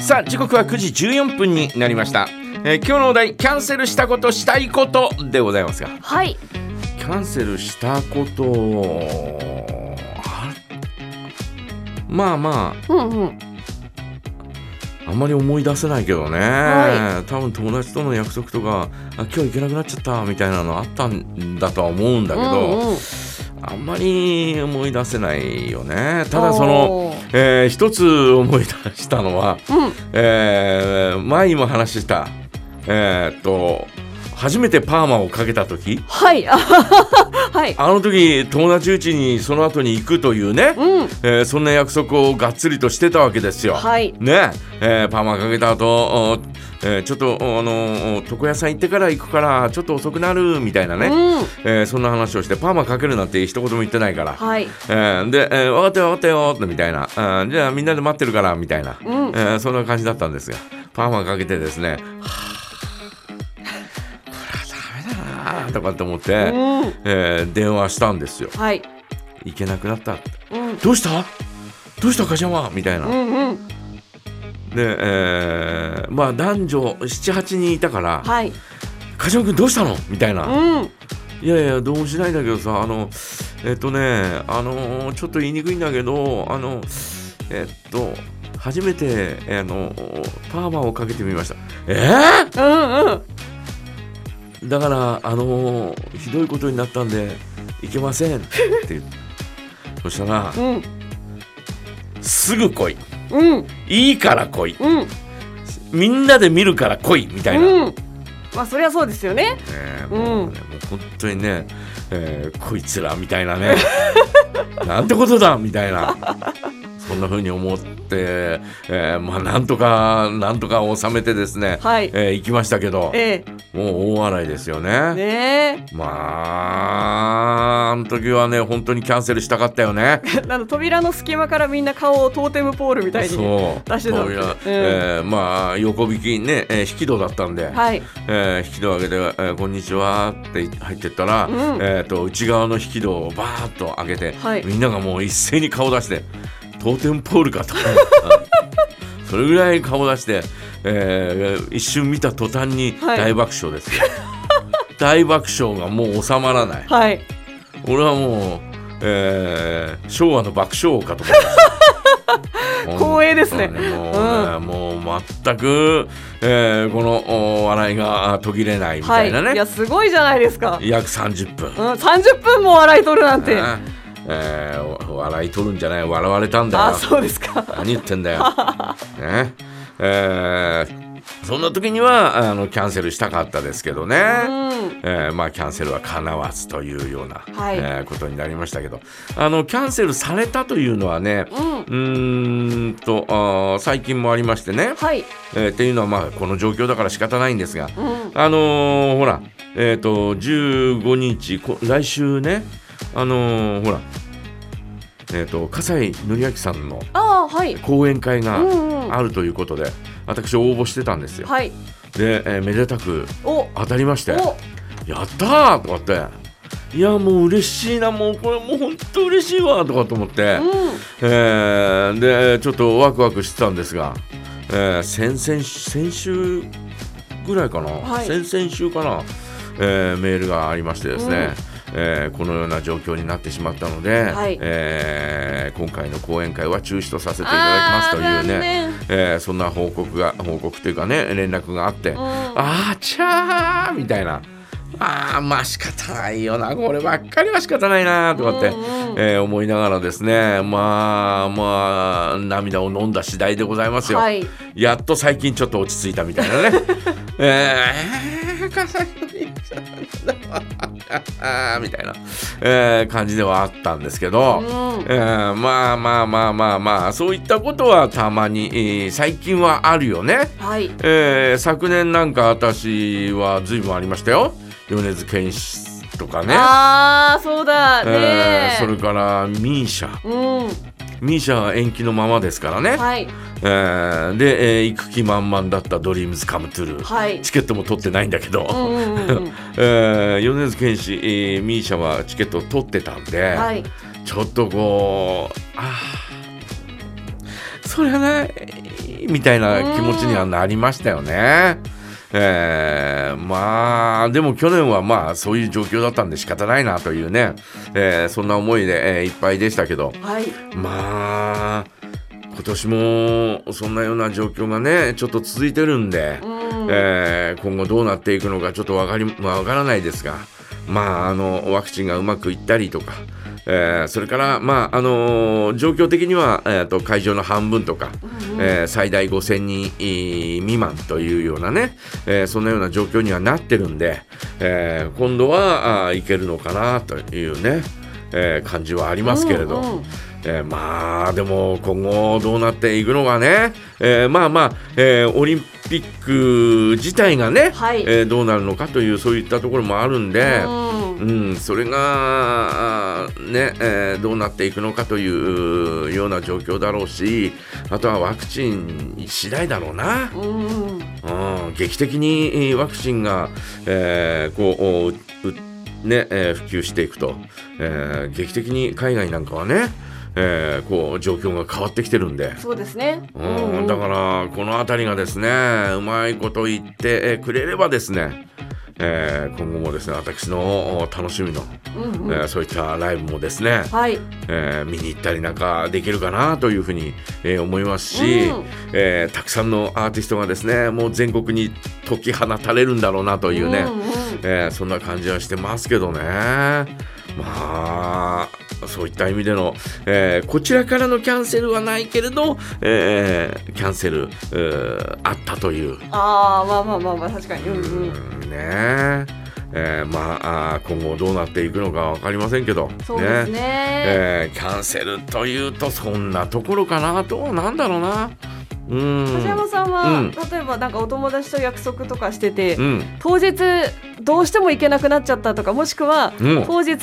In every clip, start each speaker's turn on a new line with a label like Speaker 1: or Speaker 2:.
Speaker 1: さあ時刻は9時14分になりました、えー今日のお題キャンセルしたことしたいことでございますが
Speaker 2: はい
Speaker 1: キャンセルしたことあまあま
Speaker 2: うんうん
Speaker 1: ああんまり思い出せないけどね、
Speaker 2: は
Speaker 1: 多分友達との約束とかあ今日行けなくなっちゃったみたいなのあったんだとは思うんだけど、
Speaker 2: うんうん
Speaker 1: あんまり思い出せないよねただその、
Speaker 2: おー
Speaker 1: えー一つ思い出したのは
Speaker 2: うん
Speaker 1: えー前にも話しした、えーっと初めてパーマをかけた時
Speaker 2: はい あはははい
Speaker 1: あの時友達うちにその後に行くというね、
Speaker 2: うん
Speaker 1: えーそんな約束をがっつりとしてたわけですよ。
Speaker 2: はい
Speaker 1: ねえーパーマかけた後、おえーちょっと、おあのー床屋さん行ってから行くからちょっと遅くなるみたいなね、
Speaker 2: うん
Speaker 1: えーそんな話をしてパーマかけるなんて一言も言ってないから。
Speaker 2: はい
Speaker 1: えーで、えー分かったよ分かったよみたいな、あーじゃあみんなで待ってるからみたいな、
Speaker 2: うん
Speaker 1: えーそんな感じだったんですがパーマかけてですねはあこれはダメだなとかって思って、
Speaker 2: うん
Speaker 1: えー電話したんですよ
Speaker 2: はい
Speaker 1: 行けなくなった
Speaker 2: うん
Speaker 1: どうしたどうしたかじゃまみたいな、
Speaker 2: うんうん
Speaker 1: で、えーまあ男女78人いたから
Speaker 2: はい
Speaker 1: 「かじまくんどうしたの?」みたいな、
Speaker 2: うん
Speaker 1: いやいやどうもしないんだけどさあのえっとねあのちょっと言いにくいんだけどあのえっと初めてあのパーマをかけてみましたえ
Speaker 2: うんうん
Speaker 1: ー、だからあのひどいことになったんでいけませんって言ってそしたら
Speaker 2: うん
Speaker 1: すぐ来い
Speaker 2: うん
Speaker 1: いいから来い
Speaker 2: うん
Speaker 1: みんなで見るから来いみたいな、ね
Speaker 2: うんまあそりゃそうですよね
Speaker 1: えもうね、もう本当にね、えーこいつらみたいな ねなんてことだみたいなそんな風に思って、えーまあなんとかなんとか収めてですね、
Speaker 2: はい
Speaker 1: えー行きましたけど
Speaker 2: え
Speaker 1: もう大笑いですよね
Speaker 2: えね
Speaker 1: まああの時はね本当にキャンセルしたかったよ ね
Speaker 2: えあの扉の隙間からみんな顔をトーテムポールみたいに
Speaker 1: そう
Speaker 2: 出してた
Speaker 1: こういう
Speaker 2: うん
Speaker 1: えーまあ横引きね、えー引き戸だったんで、
Speaker 2: はい
Speaker 1: えー引き戸を開けて、えーこんにちは」って入ってったら、
Speaker 2: ん
Speaker 1: えー、と内側の引き戸をバーッと開けて、
Speaker 2: はい
Speaker 1: みんながもう一斉に顔出して「当店ポールか」と うんそれぐらい顔出して、えー一瞬見た途端に
Speaker 2: はい
Speaker 1: 大爆笑ですよ、大爆笑がもう収まらない
Speaker 2: はい
Speaker 1: 俺はもう、えー昭和の爆笑王かと思いました
Speaker 2: 光栄ですね
Speaker 1: 本当にもうねもう全く、えーこのお笑いがあ途切れないみ
Speaker 2: は
Speaker 1: た
Speaker 2: い
Speaker 1: いなね、
Speaker 2: いやすごいじゃないですか
Speaker 1: 約30分。
Speaker 2: うん30分も笑い取るなんて
Speaker 1: あえーお笑い取るんじゃない笑われたんだよ
Speaker 2: あそうです か
Speaker 1: 何言ってん だよ、ねえーそんな時にはあのキャンセルしたかったですけどね、
Speaker 2: うん
Speaker 1: えーまあ、キャンセルはかなわずというような、
Speaker 2: はい
Speaker 1: えーことになりましたけどあのキャンセルされたというのはねうーんとあー最近もありましてね、
Speaker 2: はい
Speaker 1: えーっていうのはまあこの状況だから仕方ないんですが、
Speaker 2: うん
Speaker 1: あのーほら、えっ、と、15日、こ来週ね、あのーほら、えっ、と、葛西紀明さんの
Speaker 2: ああはい
Speaker 1: 講演会
Speaker 2: う
Speaker 1: が
Speaker 2: んうん
Speaker 1: あるということで、私応募してたんですよ。
Speaker 2: はい
Speaker 1: で、えーめでたく
Speaker 2: お
Speaker 1: 当たりまして、
Speaker 2: お
Speaker 1: やったーとかって、いや、もう嬉しいな、もうこれ、もう本当嬉しいわとかと思って、
Speaker 2: うん
Speaker 1: えーで、ちょっとワクワクしてたんですが、えー先々先週ぐらいかな、
Speaker 2: はい
Speaker 1: 先々週かな、えーメールがありましてですね、えーこのような状況になってしまったので、
Speaker 2: はい
Speaker 1: えー今回の講演会は中止とさせていただ
Speaker 2: あ
Speaker 1: きますというね、
Speaker 2: ー
Speaker 1: えーそんな報告が報告というかね連絡があって、
Speaker 2: 残念うん
Speaker 1: あーちゃーみたいな。あーまあ仕方ないよなこればっかりは仕方ないなとかって、
Speaker 2: うんうん
Speaker 1: えー思いながらですねまあまあ涙を飲んだ次第でございますよ、
Speaker 2: はい
Speaker 1: やっと最近ちょっと落ち着いたみたいなねえー笠井さんだみたいな、えー感じではあったんですけど、
Speaker 2: うん
Speaker 1: えーまあまあまあまあまあそういったことはたまに、えー最近はあるよね。
Speaker 2: はい
Speaker 1: えー昨年なんか私は随分ありましたよ米津玄師とかね
Speaker 2: ああそうだね
Speaker 1: えー
Speaker 2: え
Speaker 1: それからミーシャ
Speaker 2: うん
Speaker 1: ミーシャは延期のままですからね、
Speaker 2: はい
Speaker 1: えーで、えー行く気満々だった「ドリームズカムトゥルー、
Speaker 2: はい
Speaker 1: チケットも取ってないんだけど、
Speaker 2: うんうんうんうん
Speaker 1: えー米津玄師、えーミーシャはチケットを取ってたんで、
Speaker 2: はい
Speaker 1: ちょっとこうあーそれねみたいな気持ちにはなりましたよね。えーまあでも去年はまあそういう状況だったんで仕方ないなというね、えーそんな思いで、えーいっぱいでしたけど
Speaker 2: はい。
Speaker 1: まあ今年もそんなような状況がねちょっと続いてるんで、
Speaker 2: うん。
Speaker 1: えー今後どうなっていくのかちょっとわかりわからないですが、まあ、あのワクチンがうまくいったりとか、えーそれから、まああの状況的には、えー、と会場の半分とか、えー最大5000人えー未満というようなね、えーそんなような状況にはなってるんで、えー今度はあーいけるのかなというね、えー感じはありますけれど。
Speaker 2: うんうん
Speaker 1: えーまあでも今後どうなっていくのかね、えーまあまあ、えーオリンピック自体がね、
Speaker 2: はい
Speaker 1: えーどうなるのかというそういったところもあるんで、
Speaker 2: うん
Speaker 1: うん、それがあーね、えーどうなっていくのかというような状況だろうしあとはワクチン次第だろうな。
Speaker 2: うん。
Speaker 1: うん、劇的にえーワクチンが、えーこうおううねえー普及していくと、えー劇的に海外なんかはね、えーこう状況が変わってきてるんで。
Speaker 2: そうですね。
Speaker 1: うんだからこの辺りがですねうまいこと言ってえーくれればですね、えー今後もですね私のお楽しみの、
Speaker 2: ら、うんうん
Speaker 1: えーそういったライブもですね、
Speaker 2: はい。
Speaker 1: えー見に行ったりなんかできるかなというふうに、えー思いますし、
Speaker 2: うん
Speaker 1: えーたくさんのアーティストがですねもう全国に解き放たれるんだろうなというね、
Speaker 2: んん
Speaker 1: えーそんな感じはしてますけどねまあそういった意味での、えーこちらからのキャンセルはないけれど、えーキャンセル、えーあったという。
Speaker 2: ああ、まあまあまあまあ、確かに。
Speaker 1: う
Speaker 2: うんうん。
Speaker 1: んねえーまああー今後どうなっていくのか分かりませんけど
Speaker 2: そうですね。
Speaker 1: えーキャンセルというとそんなところかなどうなんだろうなうん
Speaker 2: 梶山さんは、
Speaker 1: うん
Speaker 2: 例えばなんかお友達と約束とかしてて、
Speaker 1: うん
Speaker 2: 当日どうしても行けなくなっちゃったとかもしくは、
Speaker 1: うん
Speaker 2: 当日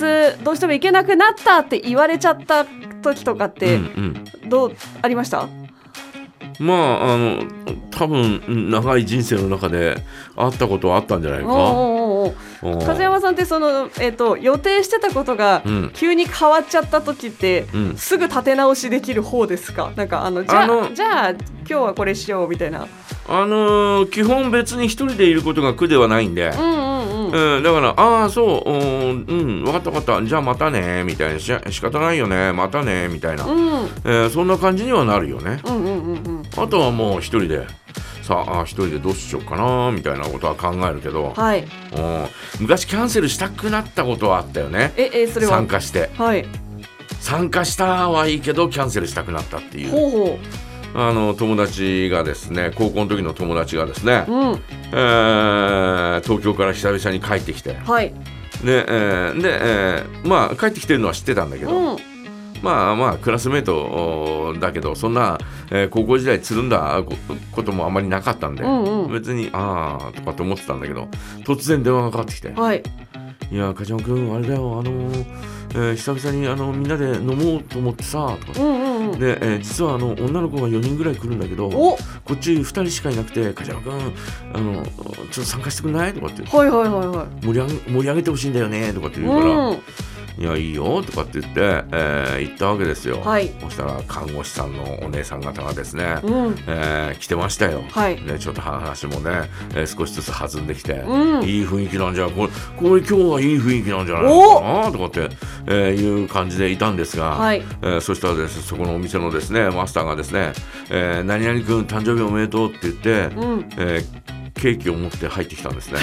Speaker 2: どうしても行けなくなったって言われちゃった時とかっ
Speaker 1: う
Speaker 2: て
Speaker 1: んうん
Speaker 2: どう、ありました
Speaker 1: まああの多分うん長い人生の中であったことはあったんじゃない
Speaker 2: お
Speaker 1: か
Speaker 2: うおうおう
Speaker 1: うん
Speaker 2: 梶山さんってその、えっと予定してたことが
Speaker 1: うん
Speaker 2: 急に変わっちゃった時って、
Speaker 1: うん
Speaker 2: すぐ立て直しできる方ですかなんかあのじゃあ
Speaker 1: あの
Speaker 2: じゃあ今日はこれしようみたいな。
Speaker 1: あのー基本別に一人でいることが苦ではないんで、
Speaker 2: うんうんうん
Speaker 1: うん、だから「ああそううんうん分かった分かったじゃあまたね」みたいなし仕方ないよねまたねみたいな、
Speaker 2: うん
Speaker 1: えーそんな感じにはなるよね
Speaker 2: うんうんうんうん
Speaker 1: あとはもう一人でさああ一人でどうしようかなみたいなことは考えるけど、
Speaker 2: はい
Speaker 1: うん昔キャンセルしたくなったことはあったよね
Speaker 2: ええそれは
Speaker 1: 参加して
Speaker 2: はい
Speaker 1: 参加したはいいけどキャンセルしたくなったっていう
Speaker 2: ほうほ
Speaker 1: あの友達がですね高校の時の友達がですね
Speaker 2: う、うん
Speaker 1: えー東京から久々に帰ってきて
Speaker 2: はい
Speaker 1: で,、えーでえーまあ帰ってきてるのは知ってたんだけ
Speaker 2: う
Speaker 1: ど、
Speaker 2: ん
Speaker 1: まあまあクラスメートおーだけどそんな、えー高校時代つるんだここともあまりなかったんで、
Speaker 2: うんうん
Speaker 1: 別にああとかと思ってたんだけど突然電話がかかってきて「
Speaker 2: はい
Speaker 1: いや梶山君あれだよあのーえー久々にあのみんなで飲もうと思ってさ」とか
Speaker 2: うんうんうん
Speaker 1: で、えー実はあの女の子が4人ぐらい来るんだけどこ
Speaker 2: お
Speaker 1: っち2人しかいなくて「梶山君あのちょっと参加してくんない?」とかって
Speaker 2: はいはいはいは
Speaker 1: 盛り上げ「盛り上げてほしいんだよね」とかって
Speaker 2: い
Speaker 1: 言うから。
Speaker 2: うん
Speaker 1: いやいいよとかって言って、えー行ったわけですよ、
Speaker 2: はい
Speaker 1: そしたら看護師さんのお姉さん方がですね、
Speaker 2: うん
Speaker 1: えー来てましたよ、
Speaker 2: はい
Speaker 1: ね、ちょっと話もね、えー少しずつ弾んできて、
Speaker 2: うん
Speaker 1: いい雰囲気なんじゃこれこれ今日はいい雰囲気なんじゃないのかなとかって、えーいう感じでいたんですが、
Speaker 2: はい
Speaker 1: えーそしたらですそこのお店のですねマスターがですね「えー何々君誕生日おめでとう」って言って、
Speaker 2: うん
Speaker 1: えーケーキを持って入ってきたんです ね。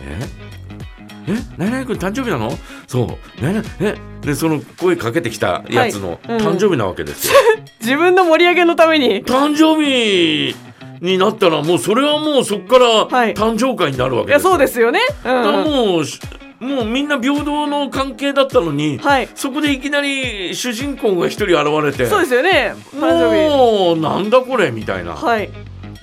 Speaker 1: ええ何々君誕生日なのそう何々えでその声かけてきたやつの
Speaker 2: はいうん
Speaker 1: 誕生日なわけですよ、
Speaker 2: 自分の盛り上げのために
Speaker 1: 誕生日になったらもうそれはもうそこから
Speaker 2: はい
Speaker 1: 誕生会になるわ
Speaker 2: い
Speaker 1: けで
Speaker 2: や
Speaker 1: すよ、
Speaker 2: そうですよねうん
Speaker 1: だから
Speaker 2: うん
Speaker 1: もうしもうみんな平等の関係だったのに、
Speaker 2: はい
Speaker 1: そこでいきなり主人公が一人現れて
Speaker 2: そうですよね誕生
Speaker 1: も
Speaker 2: 日
Speaker 1: うなんだこれみたいな、
Speaker 2: はい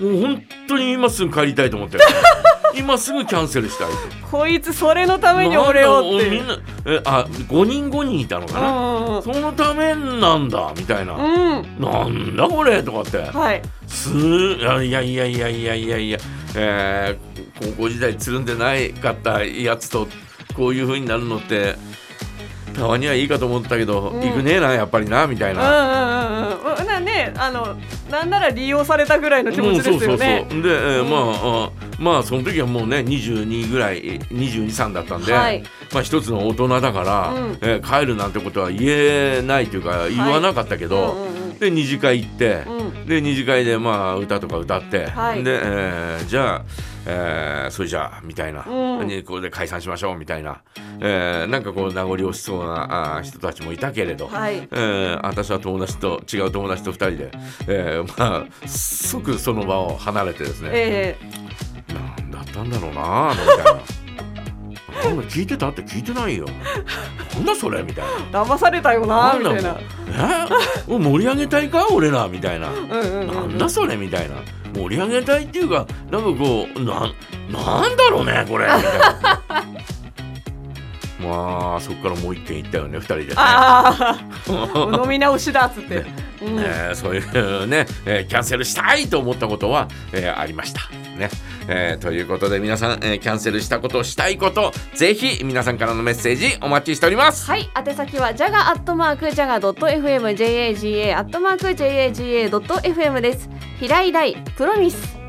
Speaker 1: もう本当に今すぐ帰りたいと思って 今すぐキャンセルしたい
Speaker 2: こいつそれのために俺をって
Speaker 1: みんなえあ5人5人いたのかな、
Speaker 2: うん
Speaker 1: そのためなんだみたいな、
Speaker 2: うんうん
Speaker 1: なんだこれとかって
Speaker 2: はい
Speaker 1: すあいやいやいやいやいやいや、えー高校時代つるんでないかったやつとこういう風になるのってたまにはいいかと思ったけど、
Speaker 2: うん
Speaker 1: いくねえなやっぱりなみたい
Speaker 2: うん
Speaker 1: な、
Speaker 2: うんうんうんまあねねあのなんなら利用されたぐらいの気持ちですよね。
Speaker 1: うんそうそうそうで、えー
Speaker 2: うん
Speaker 1: まああまあその時はもうね22ぐらい223だったんで、
Speaker 2: はい
Speaker 1: まあ一つの大人だから、
Speaker 2: うん
Speaker 1: えー帰るなんてことは言えないというか言わなかったけど、
Speaker 2: うんうんうん
Speaker 1: で二次会行って、
Speaker 2: うん
Speaker 1: で二次会でまあ歌とか歌って、
Speaker 2: はい
Speaker 1: で、えーじゃあ、えーそれじゃあみたいな、
Speaker 2: うん
Speaker 1: にこれで解散しましょうみたいな、えーなんかこう名残惜しそうなあー人たちもいたけれど、
Speaker 2: はい
Speaker 1: えー私は友達と違う友達と二人で、えーまあ即その場を離れてですね、
Speaker 2: え
Speaker 1: なんだったんだろうなあのみたいな。なんか聞いてたって聞いてないよ。なんだそれみたい
Speaker 2: え騙されたよな
Speaker 1: な。
Speaker 2: み
Speaker 1: な
Speaker 2: た
Speaker 1: ん
Speaker 2: い
Speaker 1: だ
Speaker 2: な
Speaker 1: も。うえ 盛り上げたいか俺らみたいな。
Speaker 2: うんうん
Speaker 1: な
Speaker 2: うんん
Speaker 1: だそれみたいな盛り上げたいっていうかなんかこうなんなんだろうねこれみたいな まあそこからもう一軒行ったよね二人でね
Speaker 2: あ あ飲み直しだっつって。
Speaker 1: ね
Speaker 2: うん
Speaker 1: えーそういうね、えーキャンセルしたいと思ったことは、えーありました。ねえーということで皆さん、えーキャンセルしたことしたいことぜひ皆さんからのメッセージお待ちしております。
Speaker 2: はい、宛先は jaga.jaga.fm jaga.jaga.fm です。平井大プロミス